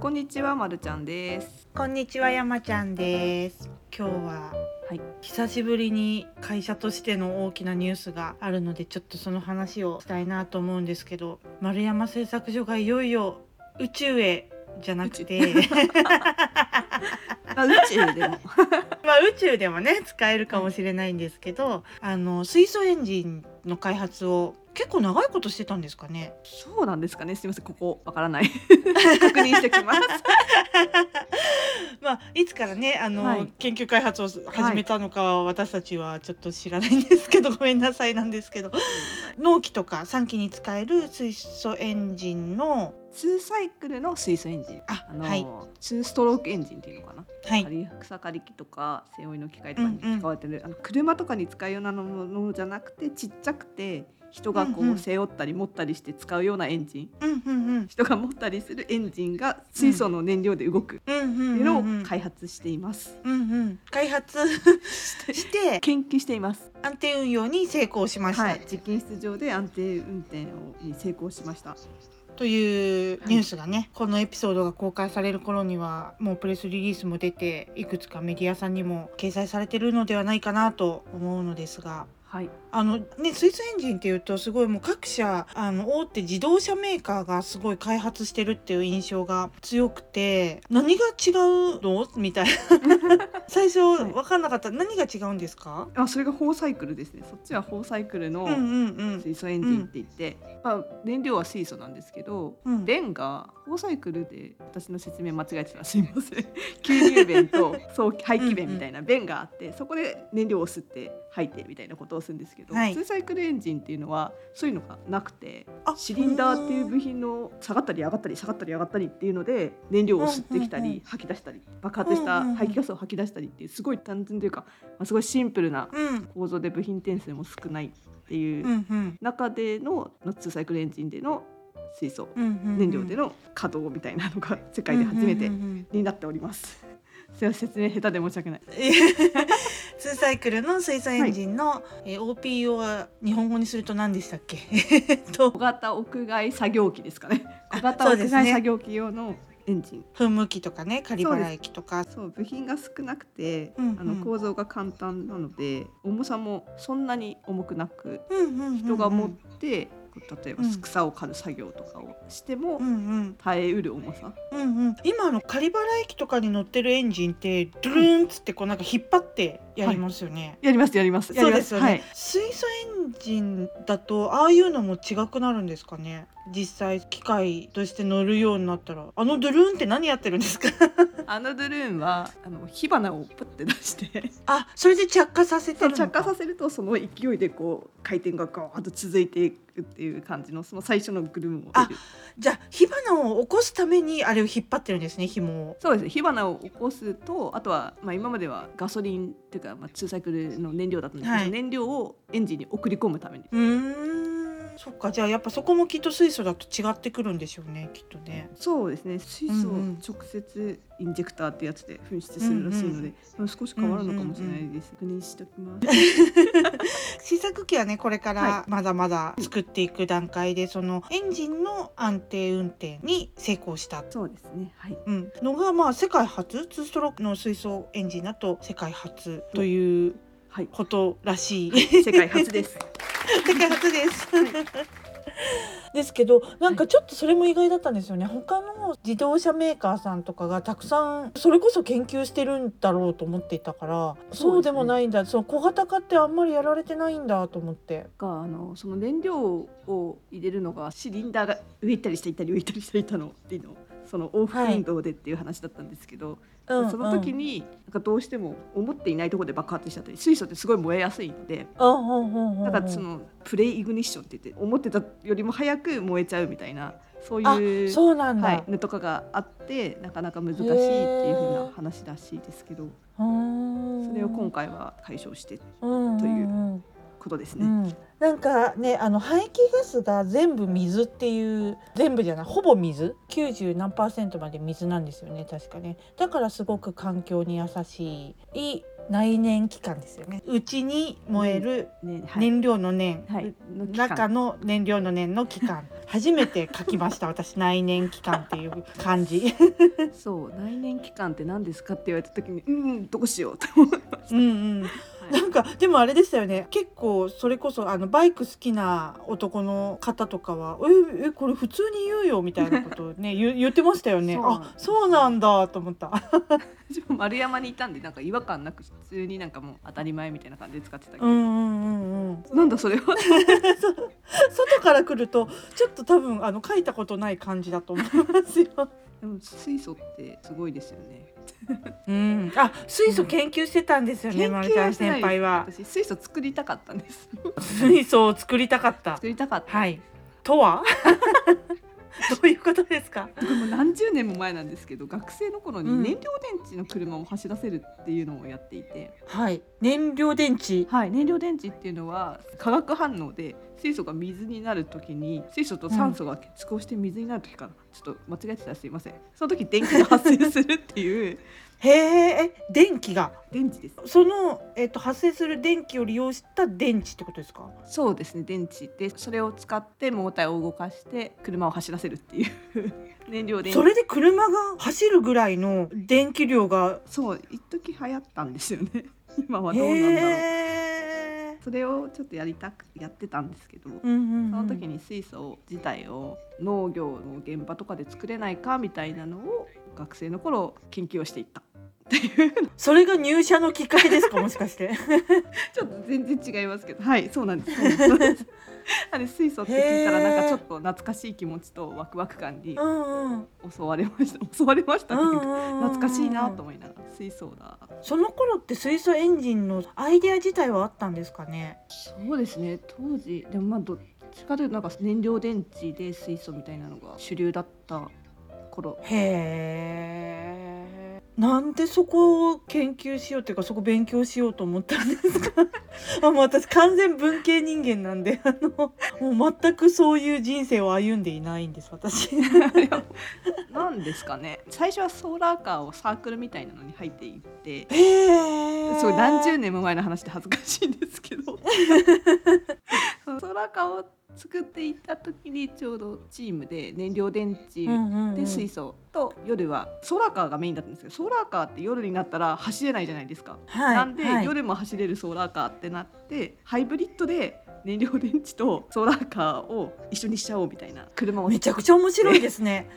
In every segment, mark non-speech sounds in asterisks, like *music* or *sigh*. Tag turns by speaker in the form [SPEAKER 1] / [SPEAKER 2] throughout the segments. [SPEAKER 1] こんにちは、まるちゃんです。
[SPEAKER 2] こんにちは山ちゃんです今日は、
[SPEAKER 1] はい
[SPEAKER 2] 久しぶりに会社としての大きなニュースがあるのでちょっとその話をしたいなと思うんですけど丸山製作所がいよいよ宇宙へじゃな
[SPEAKER 1] *laughs*
[SPEAKER 2] くて
[SPEAKER 1] あ、宇宙でも。
[SPEAKER 2] *laughs* まあ宇宙でもね使えるかもしれないんですけど、あの水素エンジンの開発を結構長いことしてたんですかね
[SPEAKER 1] そうなんですかね。すみません、ここわから
[SPEAKER 2] *laughs*
[SPEAKER 1] ない。確認してきます。
[SPEAKER 2] *laughs* まあ、いつからねあの、
[SPEAKER 1] はい
[SPEAKER 2] 研究開発を始めたのかは私たちはちょっと知らないんです
[SPEAKER 1] *laughs*
[SPEAKER 2] けど、ごめんなさいなんですけど納期とか3期に使える水素エンジンの
[SPEAKER 1] ツーサイクルの水素エンジン。
[SPEAKER 2] あ
[SPEAKER 1] あの、
[SPEAKER 2] はい
[SPEAKER 1] ツーストロークエンジンっていうのかな。
[SPEAKER 2] はい
[SPEAKER 1] 草刈り機とか、背負いの機械とかに
[SPEAKER 2] うんうん
[SPEAKER 1] 使われてる、あの車とかに使うようなのものじゃなくて、ちっちゃくて。人がこ
[SPEAKER 2] うんう
[SPEAKER 1] うん背負ったり持ったりして使うようなエンジン、
[SPEAKER 2] うんうんうん
[SPEAKER 1] 人が持ったりするエンジンが水素の燃料で動くっ
[SPEAKER 2] うんう
[SPEAKER 1] て
[SPEAKER 2] ん
[SPEAKER 1] いう
[SPEAKER 2] う
[SPEAKER 1] のを
[SPEAKER 2] んうん
[SPEAKER 1] 開発しています。
[SPEAKER 2] うんうん開発 *laughs* して
[SPEAKER 1] 研究しています。
[SPEAKER 2] 安定運用に成功しました、
[SPEAKER 1] はい、実験室上で安定運転をに成功しました。
[SPEAKER 2] というニュースがね、このエピソードが公開される頃にはもうプレスリリースも出ていくつかメディアさんにも掲載されてるのではないかなと思うのですが
[SPEAKER 1] はい、
[SPEAKER 2] あのね、水素エンジンっていうとすごいもう各社あの大手自動車メーカーがすごい開発してるっていう印象が強くて何が違うの
[SPEAKER 1] *laughs*
[SPEAKER 2] みたいな最初
[SPEAKER 1] い
[SPEAKER 2] 分かんなかった、何が違うんですか
[SPEAKER 1] あ、それがホーサイクルですね。そっちはホーサイクルの
[SPEAKER 2] うんうんうん
[SPEAKER 1] 水素エンジンって言って、まあ燃料は水素なんですけど、
[SPEAKER 2] うん
[SPEAKER 1] レンがホーサイクルで私の説明間違えてた。すいません。 *laughs* 吸入弁とそう排気弁みたいな弁があって、そこで燃料を吸って吐いてみたいなことをするんですけど、
[SPEAKER 2] はい
[SPEAKER 1] ツーサイクルエンジンっていうのはそういうのがなくて、
[SPEAKER 2] あ
[SPEAKER 1] シリンダーっていう部品の下がったり上がったり下がったり上がったりっていうので燃料を吸ってきた
[SPEAKER 2] うんうんうん
[SPEAKER 1] り吐き出したり爆発した
[SPEAKER 2] うんうんうん
[SPEAKER 1] 排気ガスを吐き出したりっていうすごい単純というか、まあ、すごいシンプルな
[SPEAKER 2] うん
[SPEAKER 1] 構造で部品点数も少ないっていううん
[SPEAKER 2] うん
[SPEAKER 1] 中でのノッツサイクルエンジンでの水素
[SPEAKER 2] うんうん
[SPEAKER 1] 燃料での稼働みたいなのが世界で初めて
[SPEAKER 2] うんうんうんうん
[SPEAKER 1] になっております。すいません説明下手で申し訳ない。
[SPEAKER 2] えへへ *laughs* ツーサイクルの水素エンジンの、えー OPU は日本語にすると何でしたっけ *laughs* えっと
[SPEAKER 1] 小型屋外作業機ですかね。
[SPEAKER 2] あ
[SPEAKER 1] 小型
[SPEAKER 2] そう
[SPEAKER 1] 屋
[SPEAKER 2] です
[SPEAKER 1] 外
[SPEAKER 2] ね
[SPEAKER 1] 作業機用のエンジン。
[SPEAKER 2] 噴霧器とかね仮払い機とか
[SPEAKER 1] そう部品が少なくて、
[SPEAKER 2] うんうん
[SPEAKER 1] あの構造が簡単なので重さもそんなに重くなく人
[SPEAKER 2] 人
[SPEAKER 1] が持って、こう例えば
[SPEAKER 2] うん
[SPEAKER 1] 草を刈る作業とかをしても
[SPEAKER 2] うんうん
[SPEAKER 1] 耐えうる重さ、
[SPEAKER 2] うんうん、今の仮払い機とかに乗ってるエンジンってドゥルーンっつってこうなんか引っ張ってやりますよね。
[SPEAKER 1] やりますやりますや
[SPEAKER 2] そ
[SPEAKER 1] り
[SPEAKER 2] う
[SPEAKER 1] ま
[SPEAKER 2] ですよね、
[SPEAKER 1] はい、
[SPEAKER 2] 水素エンジンだとああいうのも違くなるんですかね実際機械として乗るようになったらあのドゥルーンって何やってるんですか *laughs*
[SPEAKER 1] あのドゥルーンはあの火花をプッて出して
[SPEAKER 2] あ *laughs* それで着火させて
[SPEAKER 1] そう
[SPEAKER 2] るのか
[SPEAKER 1] 着火させるとその勢いでこう回転がガーッと続いていくっていう感じのその最初のグルーンを
[SPEAKER 2] あ
[SPEAKER 1] 得る
[SPEAKER 2] じゃあ火花を起こすためにあれを引っ張ってるんですね紐を。
[SPEAKER 1] そうですね火花を起こすとあとは、まあ、今まではガソリンっていうか、まあ、ツーサイクルの燃料だったんですけど、
[SPEAKER 2] はい
[SPEAKER 1] 燃料をエンジンに送り込むために
[SPEAKER 2] うーんそっかじゃあやっぱそこもきっと水素だと違ってくるんでしょうねきっとね。
[SPEAKER 1] そうですね水素を
[SPEAKER 2] うんうん
[SPEAKER 1] 直接インジェクターってやつで噴出するらしいので、
[SPEAKER 2] うんうん
[SPEAKER 1] まあ少し変わるのかもしれないです、確認しておきます
[SPEAKER 2] 試作機はねこれか
[SPEAKER 1] は
[SPEAKER 2] らまだまだ作っていく段階でそのエンジンの安定運転に成功した、
[SPEAKER 1] *laughs* そうですねはい
[SPEAKER 2] うん、のがまあ世界初ツーストロークの水素エンジンだと世界初という
[SPEAKER 1] はい
[SPEAKER 2] ことらしい
[SPEAKER 1] 世界初です
[SPEAKER 2] 世界初です。ですけどなんかちょっとそれも意外だったんですよね他の自動車メーカーさんとかがたくさんそれこそ研究してるんだろうと思っていたから
[SPEAKER 1] そ
[SPEAKER 2] そうう
[SPEAKER 1] ですね
[SPEAKER 2] でもないんだその小型化ってあんまりやられてないんだと思って。
[SPEAKER 1] があのその燃料を入れるのがシリンダーが上行ったり下行ったり上行ったり下行ったのっていうのをその往復運動でっていう話だったんですけど、
[SPEAKER 2] うん
[SPEAKER 1] その時になんかどうしても思っていないところで爆発しちゃったり水素ってすごい燃えやすいので
[SPEAKER 2] な
[SPEAKER 1] なんかそのプレイイグニッションって言って思ってたよりも早く燃えちゃうみたいなそう
[SPEAKER 2] あ
[SPEAKER 1] いう
[SPEAKER 2] そうなんだ、
[SPEAKER 1] はい、のとかがあってなかなか難しいっていうふうな話らしいですけどそ
[SPEAKER 2] そ
[SPEAKER 1] れを今回は解消して
[SPEAKER 2] 回
[SPEAKER 1] という
[SPEAKER 2] うん
[SPEAKER 1] ことです
[SPEAKER 2] う
[SPEAKER 1] ね。
[SPEAKER 2] んなんかねあの排気ガスが全部水っていう全部じゃないほぼ水90何パーセントまで水なんですよね確かねだからすごく環境に優しい内燃機関ですよねうちに燃える
[SPEAKER 1] ねはい
[SPEAKER 2] 燃料の燃、
[SPEAKER 1] はいの期間
[SPEAKER 2] 中の燃料の燃の期間はい、初めて書きました
[SPEAKER 1] *laughs*
[SPEAKER 2] 私内燃期間っていう漢字
[SPEAKER 1] そう内燃期間って何ですかって言われた時にうんどうしようと思いました、
[SPEAKER 2] うんうんなんかでもあれでしたよね結構それこそあのバイク好きな男の方とかは「ええこれ普通に言うよ」みたいなことを *laughs* ね言言ってましたよね
[SPEAKER 1] そう
[SPEAKER 2] あそうなんだと思った
[SPEAKER 1] 私も丸山にいたんでなんか違和感なく普通になんかもう当たり前みたいな感じで使ってたけど、
[SPEAKER 2] *laughs* うんうんうんうん
[SPEAKER 1] なんだそれは
[SPEAKER 2] *laughs* 外から来るとちょっと多分あの書いたことない感じだと思いますよ。
[SPEAKER 1] でも水素ってすごいですよね
[SPEAKER 2] うん、あ水素研究してたんですよね、
[SPEAKER 1] 研
[SPEAKER 2] ま
[SPEAKER 1] 究
[SPEAKER 2] るちゃん
[SPEAKER 1] してない
[SPEAKER 2] 先輩は
[SPEAKER 1] 私水素作りたかったんです
[SPEAKER 2] 水素を作りたかっ
[SPEAKER 1] *laughs*
[SPEAKER 2] た
[SPEAKER 1] 作りたかった、
[SPEAKER 2] はいとは *laughs* どういうことですか
[SPEAKER 1] これもう何十年も前なんですけど学生の頃に
[SPEAKER 2] うん
[SPEAKER 1] 燃料電池の車も走らせるっていうのをやっていて、
[SPEAKER 2] はい燃料電池
[SPEAKER 1] はい、燃料電池っていうのは化学反応で水素が水になる時に水素と酸素が結合して水になる時かな、ちょっと間違えてたらすいませんその時電気が発生するっていう
[SPEAKER 2] へええ電気が
[SPEAKER 1] *laughs* 電池です
[SPEAKER 2] その、えっと発生する電気を利用した電池ってことですか
[SPEAKER 1] そうですね電池でそれを使ってモーターを動かして車を走らせるって *laughs* いう燃料電池
[SPEAKER 2] それで車が走るぐらいの電気量が
[SPEAKER 1] そう一時流行ったんですよね *laughs* 今は
[SPEAKER 2] へ
[SPEAKER 1] どうなんだろう
[SPEAKER 2] え
[SPEAKER 1] それをちょっとやりたくやってたんですけど、
[SPEAKER 2] うんうんうん
[SPEAKER 1] その時に水素自体を農業の現場とかで作れないかみたいなのを学生の頃研究をしていったっていう
[SPEAKER 2] それが入社のきっかけですかもしかして
[SPEAKER 1] *laughs* *laughs* ちょっと全然違いますけどはいそうなんですそうなんです *laughs* あれ水素って聞いたらなんかちょっと懐かしい気持ちとワクワク感に
[SPEAKER 2] んうん
[SPEAKER 1] 襲われました襲われましたっていうか懐
[SPEAKER 2] 懐
[SPEAKER 1] かしいなと思いながら水素だ
[SPEAKER 2] その頃って水素エンジンのアイデア自体はあったんですかね
[SPEAKER 1] そうですね当時でもまあどっちかというとなんか燃料電池で水素みたいなのが主流だった頃
[SPEAKER 2] へえなんでそこを研究しようっていうかそこ勉強しようと思ったんですか *laughs* あもう私完全文系人間なんで *laughs* あのもう全くそういう人生を歩んでいないんです私
[SPEAKER 1] なんですかね最初はソーラーカーをサークルみたいなのに入っていって
[SPEAKER 2] へえ
[SPEAKER 1] すごい何十年も前の話で恥ずかしいんですけどそのソーラーカーを作っていた時にちょうどチームで燃料電池で水
[SPEAKER 2] 素
[SPEAKER 1] 素と夜はソーラーカーがメインだったんですけどソーラーカーって夜になったら走れないじゃないですか。
[SPEAKER 2] はい
[SPEAKER 1] なんで、
[SPEAKER 2] はい
[SPEAKER 1] 夜も走れるソーラーカーってなってハイブリッドで燃料電池とソーラーカーを一緒にしちゃおうみたいな車を
[SPEAKER 2] めちゃくちゃ面白いですね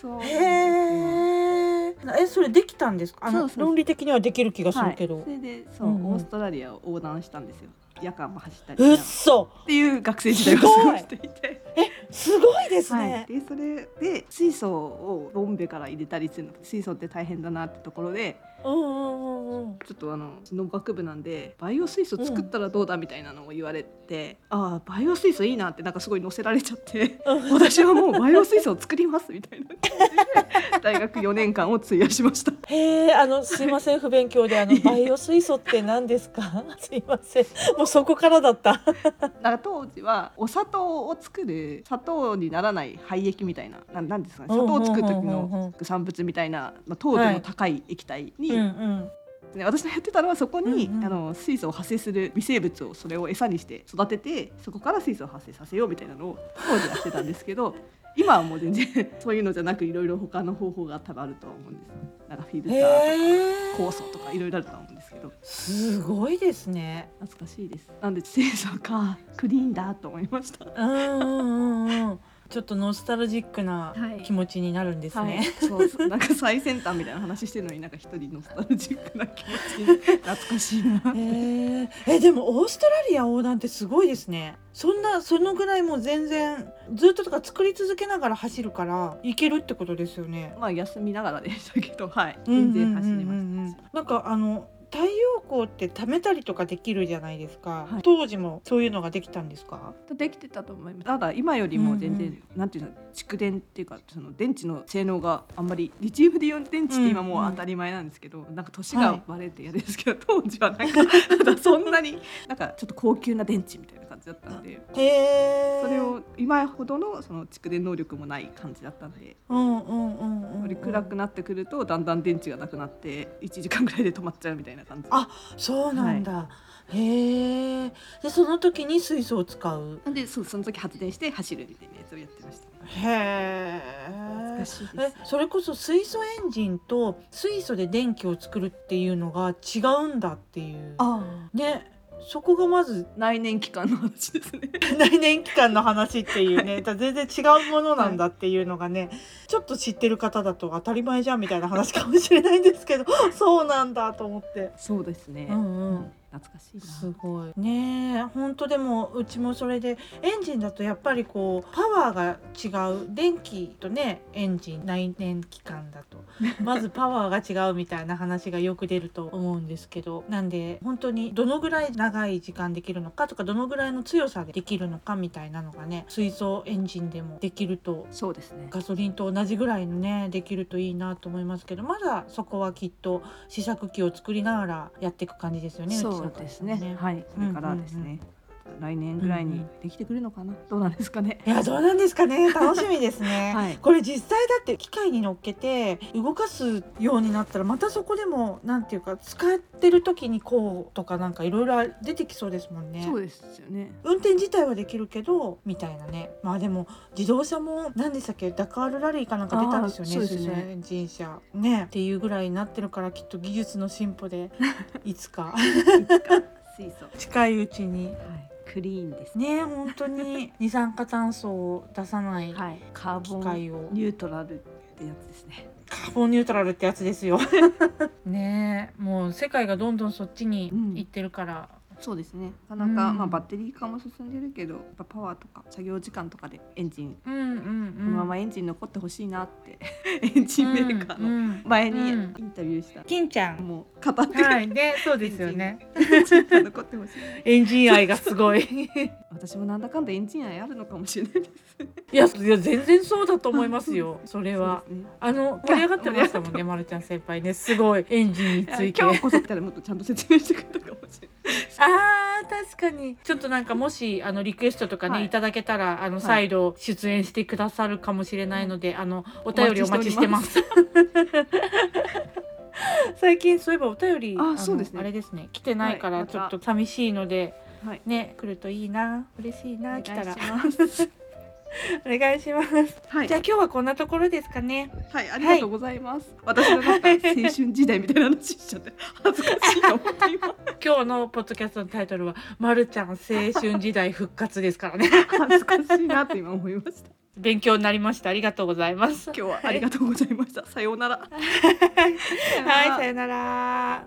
[SPEAKER 1] そう
[SPEAKER 2] へええそれできたんですかあの
[SPEAKER 1] そうそうそう
[SPEAKER 2] 論理的にはできる気がするけど、
[SPEAKER 1] はい、それでそう、
[SPEAKER 2] うんうん
[SPEAKER 1] オーストラリアを横断したんですよ夜間も走ったり
[SPEAKER 2] うっ
[SPEAKER 1] っ
[SPEAKER 2] そ
[SPEAKER 1] ていう学生時代を過ごしていて
[SPEAKER 2] すごいです
[SPEAKER 1] はい、
[SPEAKER 2] ね、
[SPEAKER 1] でそれで水素をボンベから入れたりするの水素って大変だなってところで
[SPEAKER 2] うんうんうんうん
[SPEAKER 1] ちょっとあの農学部なんでバイオ水素作ったらどうだみたいなのも言われて、ああバイオ水素いいなってなんかすごい乗せられちゃって私はもうバイオ水素を作りますみたいな感じで大学4年間を費やしました。
[SPEAKER 2] へえ、あの、すいま *laughs* せん、不勉強で、あの、バイオ水素って何ですか。 *laughs* すいません、もうそこからだった。
[SPEAKER 1] だから当時はお砂糖を作る砂糖にならない廃液みたいなななんですかね砂糖を作る時
[SPEAKER 2] うんうんうんうん
[SPEAKER 1] の産物みたいな、まあ、糖度の高い液体に、
[SPEAKER 2] ん、
[SPEAKER 1] ね私のやってたのはそこに、
[SPEAKER 2] うんうん
[SPEAKER 1] あの水素を発生する微生物をそれを餌にして育ててそこから水素を発生させようみたいなのを当時はしてたんですけど今はもう全然そういうのじゃなくいろいろ他の方法が多分あるとは思うんですなんかフィルタ
[SPEAKER 2] へ
[SPEAKER 1] ーとか
[SPEAKER 2] え、
[SPEAKER 1] 酵素とかいろいろあるとは思うんですけど
[SPEAKER 2] すごいですね。
[SPEAKER 1] 懐かしいですなんで水素か *laughs* クリーンだと思いました。
[SPEAKER 2] うん、うん、うん、 *laughs* うん。ちょっとノスタルジックな
[SPEAKER 1] はい
[SPEAKER 2] 気持ちになるんです
[SPEAKER 1] はい、
[SPEAKER 2] ね。
[SPEAKER 1] *laughs* そうそうなんか最先端みたいな話してるのになんか一人ノスタルジックな気持ちに *laughs* 懐かしいな
[SPEAKER 2] へええでもオーストラリア横断ってすごいですねそんなそのぐらいもう全然ずっととか作り続けながら走るから行けるってことですよね
[SPEAKER 1] *laughs* まあ休みながらでしたけどはい
[SPEAKER 2] うん
[SPEAKER 1] 全然走りま
[SPEAKER 2] うんうんうんうん
[SPEAKER 1] したし
[SPEAKER 2] なんかあの太陽光って貯めたりとかできるじゃないですか、
[SPEAKER 1] はい
[SPEAKER 2] 当時もそういうのができたんですか
[SPEAKER 1] できてたと思いますただ今よりも全然、
[SPEAKER 2] うん
[SPEAKER 1] なんていうの蓄電っていうかその電池の性能があんまりリチウムディオン電池って今もう当たり前なんですけど、なんか年
[SPEAKER 2] は
[SPEAKER 1] が
[SPEAKER 2] い
[SPEAKER 1] バレて嫌ですけど、当時はなんか *laughs* なんかそんなになんかちょっと高級な電池みたいな感じだったんで。
[SPEAKER 2] へえ
[SPEAKER 1] それを今ほどのその蓄電能力もない感じだったんで、
[SPEAKER 2] うんうんうんうん、うん、
[SPEAKER 1] 暗くなってくるとだんだん電池がなくなって1時間ぐらいで止まっちゃうみたいな感じ
[SPEAKER 2] あそうなんだ、へえ。でその時に水素を使う。
[SPEAKER 1] なんでそうその時発電して走るみたいなやつをやってました、ね、懐
[SPEAKER 2] へえ
[SPEAKER 1] か。しいで
[SPEAKER 2] え
[SPEAKER 1] す
[SPEAKER 2] それこそ水素エンジンと水素で電気を作るっていうのが違うんだっていう
[SPEAKER 1] ああ
[SPEAKER 2] ねそこがまず
[SPEAKER 1] 内燃機関の話ですね
[SPEAKER 2] *laughs* 内燃機関の話っていうねだ全然違うものなんだっていうのがねちょっと知ってる方だと当たり前じゃんみたいな話かもしれないんですけどそうなんだと思って。
[SPEAKER 1] そうですね、
[SPEAKER 2] うんうん
[SPEAKER 1] 懐かしい
[SPEAKER 2] す
[SPEAKER 1] な
[SPEAKER 2] ごいねえ本当でもうちもそれでエンジンだとやっぱりこうパワーが違う電気とねエンジン内燃機関
[SPEAKER 1] *laughs*
[SPEAKER 2] だとまずパワーが違うみたいな話がよく出ると思うんですけどなんで本当にどのぐらい長い時間できるのかとかどのぐらいの強さでできるのかみたいなのがね水素エンジンでもできると
[SPEAKER 1] そうですね
[SPEAKER 2] ガソリンと同じぐらいのねできるといいなと思いますけどまだそこはきっと試作機を作りながらやっていく感じですよね。ちの
[SPEAKER 1] そう
[SPEAKER 2] 会
[SPEAKER 1] です
[SPEAKER 2] 社も
[SPEAKER 1] ねはいそれからですね、来年ぐらい
[SPEAKER 2] うんう
[SPEAKER 1] に
[SPEAKER 2] ん
[SPEAKER 1] できてくるのかな、どうなんですかね
[SPEAKER 2] いやどうなんですかね楽しみです
[SPEAKER 1] *laughs*
[SPEAKER 2] ね。
[SPEAKER 1] はい
[SPEAKER 2] これ実際だって機械に乗っけて動かすようになったらまたそこでもなんていうか使ってる時にこうとかなんかいろいろ出てきそうですもんね。
[SPEAKER 1] そうですよね
[SPEAKER 2] 運転自体はできるけどみたいなねまあでも自動車も何でしたっけダカールラリーかなんか出たんですよ
[SPEAKER 1] *laughs*
[SPEAKER 2] ね
[SPEAKER 1] あーそうですね
[SPEAKER 2] 水素エンジン車ねっていうぐらいになってるからきっと技術の進
[SPEAKER 1] *laughs*
[SPEAKER 2] 歩でいつか
[SPEAKER 1] いつか水素、は
[SPEAKER 2] 近いうちに
[SPEAKER 1] い、クリーンですね
[SPEAKER 2] ね本当に二酸化炭素を出さない
[SPEAKER 1] はいカーボ
[SPEAKER 2] 機
[SPEAKER 1] ン
[SPEAKER 2] 械を
[SPEAKER 1] ニュートラルってやつですね
[SPEAKER 2] カーボンニュートラルってやつですよねえもう世界がどんどんそっちに行ってるから、
[SPEAKER 1] そうですねなかなか、
[SPEAKER 2] うん
[SPEAKER 1] まあ、バッテリー化も進んでるけどやっぱパワーとか作業時間とかでエンジン
[SPEAKER 2] うん、うんうん
[SPEAKER 1] このままエンジン残ってほしいなって *laughs* エンジンメーカー
[SPEAKER 2] う
[SPEAKER 1] の
[SPEAKER 2] んうん
[SPEAKER 1] 前にイ
[SPEAKER 2] う
[SPEAKER 1] ン
[SPEAKER 2] ん
[SPEAKER 1] タビューした、
[SPEAKER 2] 金ちゃん
[SPEAKER 1] もう語って
[SPEAKER 2] はいねそうですよね
[SPEAKER 1] エンジンが残ってほしい
[SPEAKER 2] エンジン愛がすごい。
[SPEAKER 1] 私もなんだかんだエンジン愛あるのかもしれないです
[SPEAKER 2] いや、いや、全然そうだと思いますよ。それは。
[SPEAKER 1] そうですね
[SPEAKER 2] あの、盛り上がってましたもんね、まるちゃん先輩ね、すごいエンジンについて。
[SPEAKER 1] 今日こそったらもっとちゃんと説明してくれたかもしれ
[SPEAKER 2] あー確かにちょっとなんかもしあのリクエストとかね、、
[SPEAKER 1] はいい
[SPEAKER 2] ただけたらあの、
[SPEAKER 1] い
[SPEAKER 2] 再度出演してくださるかもしれないので、あのお便りお
[SPEAKER 1] お
[SPEAKER 2] 待
[SPEAKER 1] 待ち
[SPEAKER 2] ちし
[SPEAKER 1] してて
[SPEAKER 2] ま。
[SPEAKER 1] ます
[SPEAKER 2] *laughs* 最近そういえばお便り
[SPEAKER 1] あ
[SPEAKER 2] の
[SPEAKER 1] そうですね
[SPEAKER 2] あれですね来てないか
[SPEAKER 1] は
[SPEAKER 2] ら
[SPEAKER 1] いま
[SPEAKER 2] ち
[SPEAKER 1] た
[SPEAKER 2] ょっと寂しいので、
[SPEAKER 1] はい
[SPEAKER 2] ね来るといいな嬉しい
[SPEAKER 1] な *laughs*
[SPEAKER 2] ない来たら
[SPEAKER 1] お願いします
[SPEAKER 2] お願いします。
[SPEAKER 1] *laughs* はい
[SPEAKER 2] じゃあ、今日はこんなところですかね。
[SPEAKER 1] はい、ありがとうございます。私のなんか青春時代みたいな話しちゃって恥ずかしいと思って今
[SPEAKER 2] 今日のポッドキャストのタイトルは、まるちゃん青春時代復活ですからね。
[SPEAKER 1] 恥ずかしいなって今思いました。
[SPEAKER 2] 勉強になりました。ありがとうございます。
[SPEAKER 1] *laughs* 今日はありがとうございました。さようなら。
[SPEAKER 2] はい、さよなら。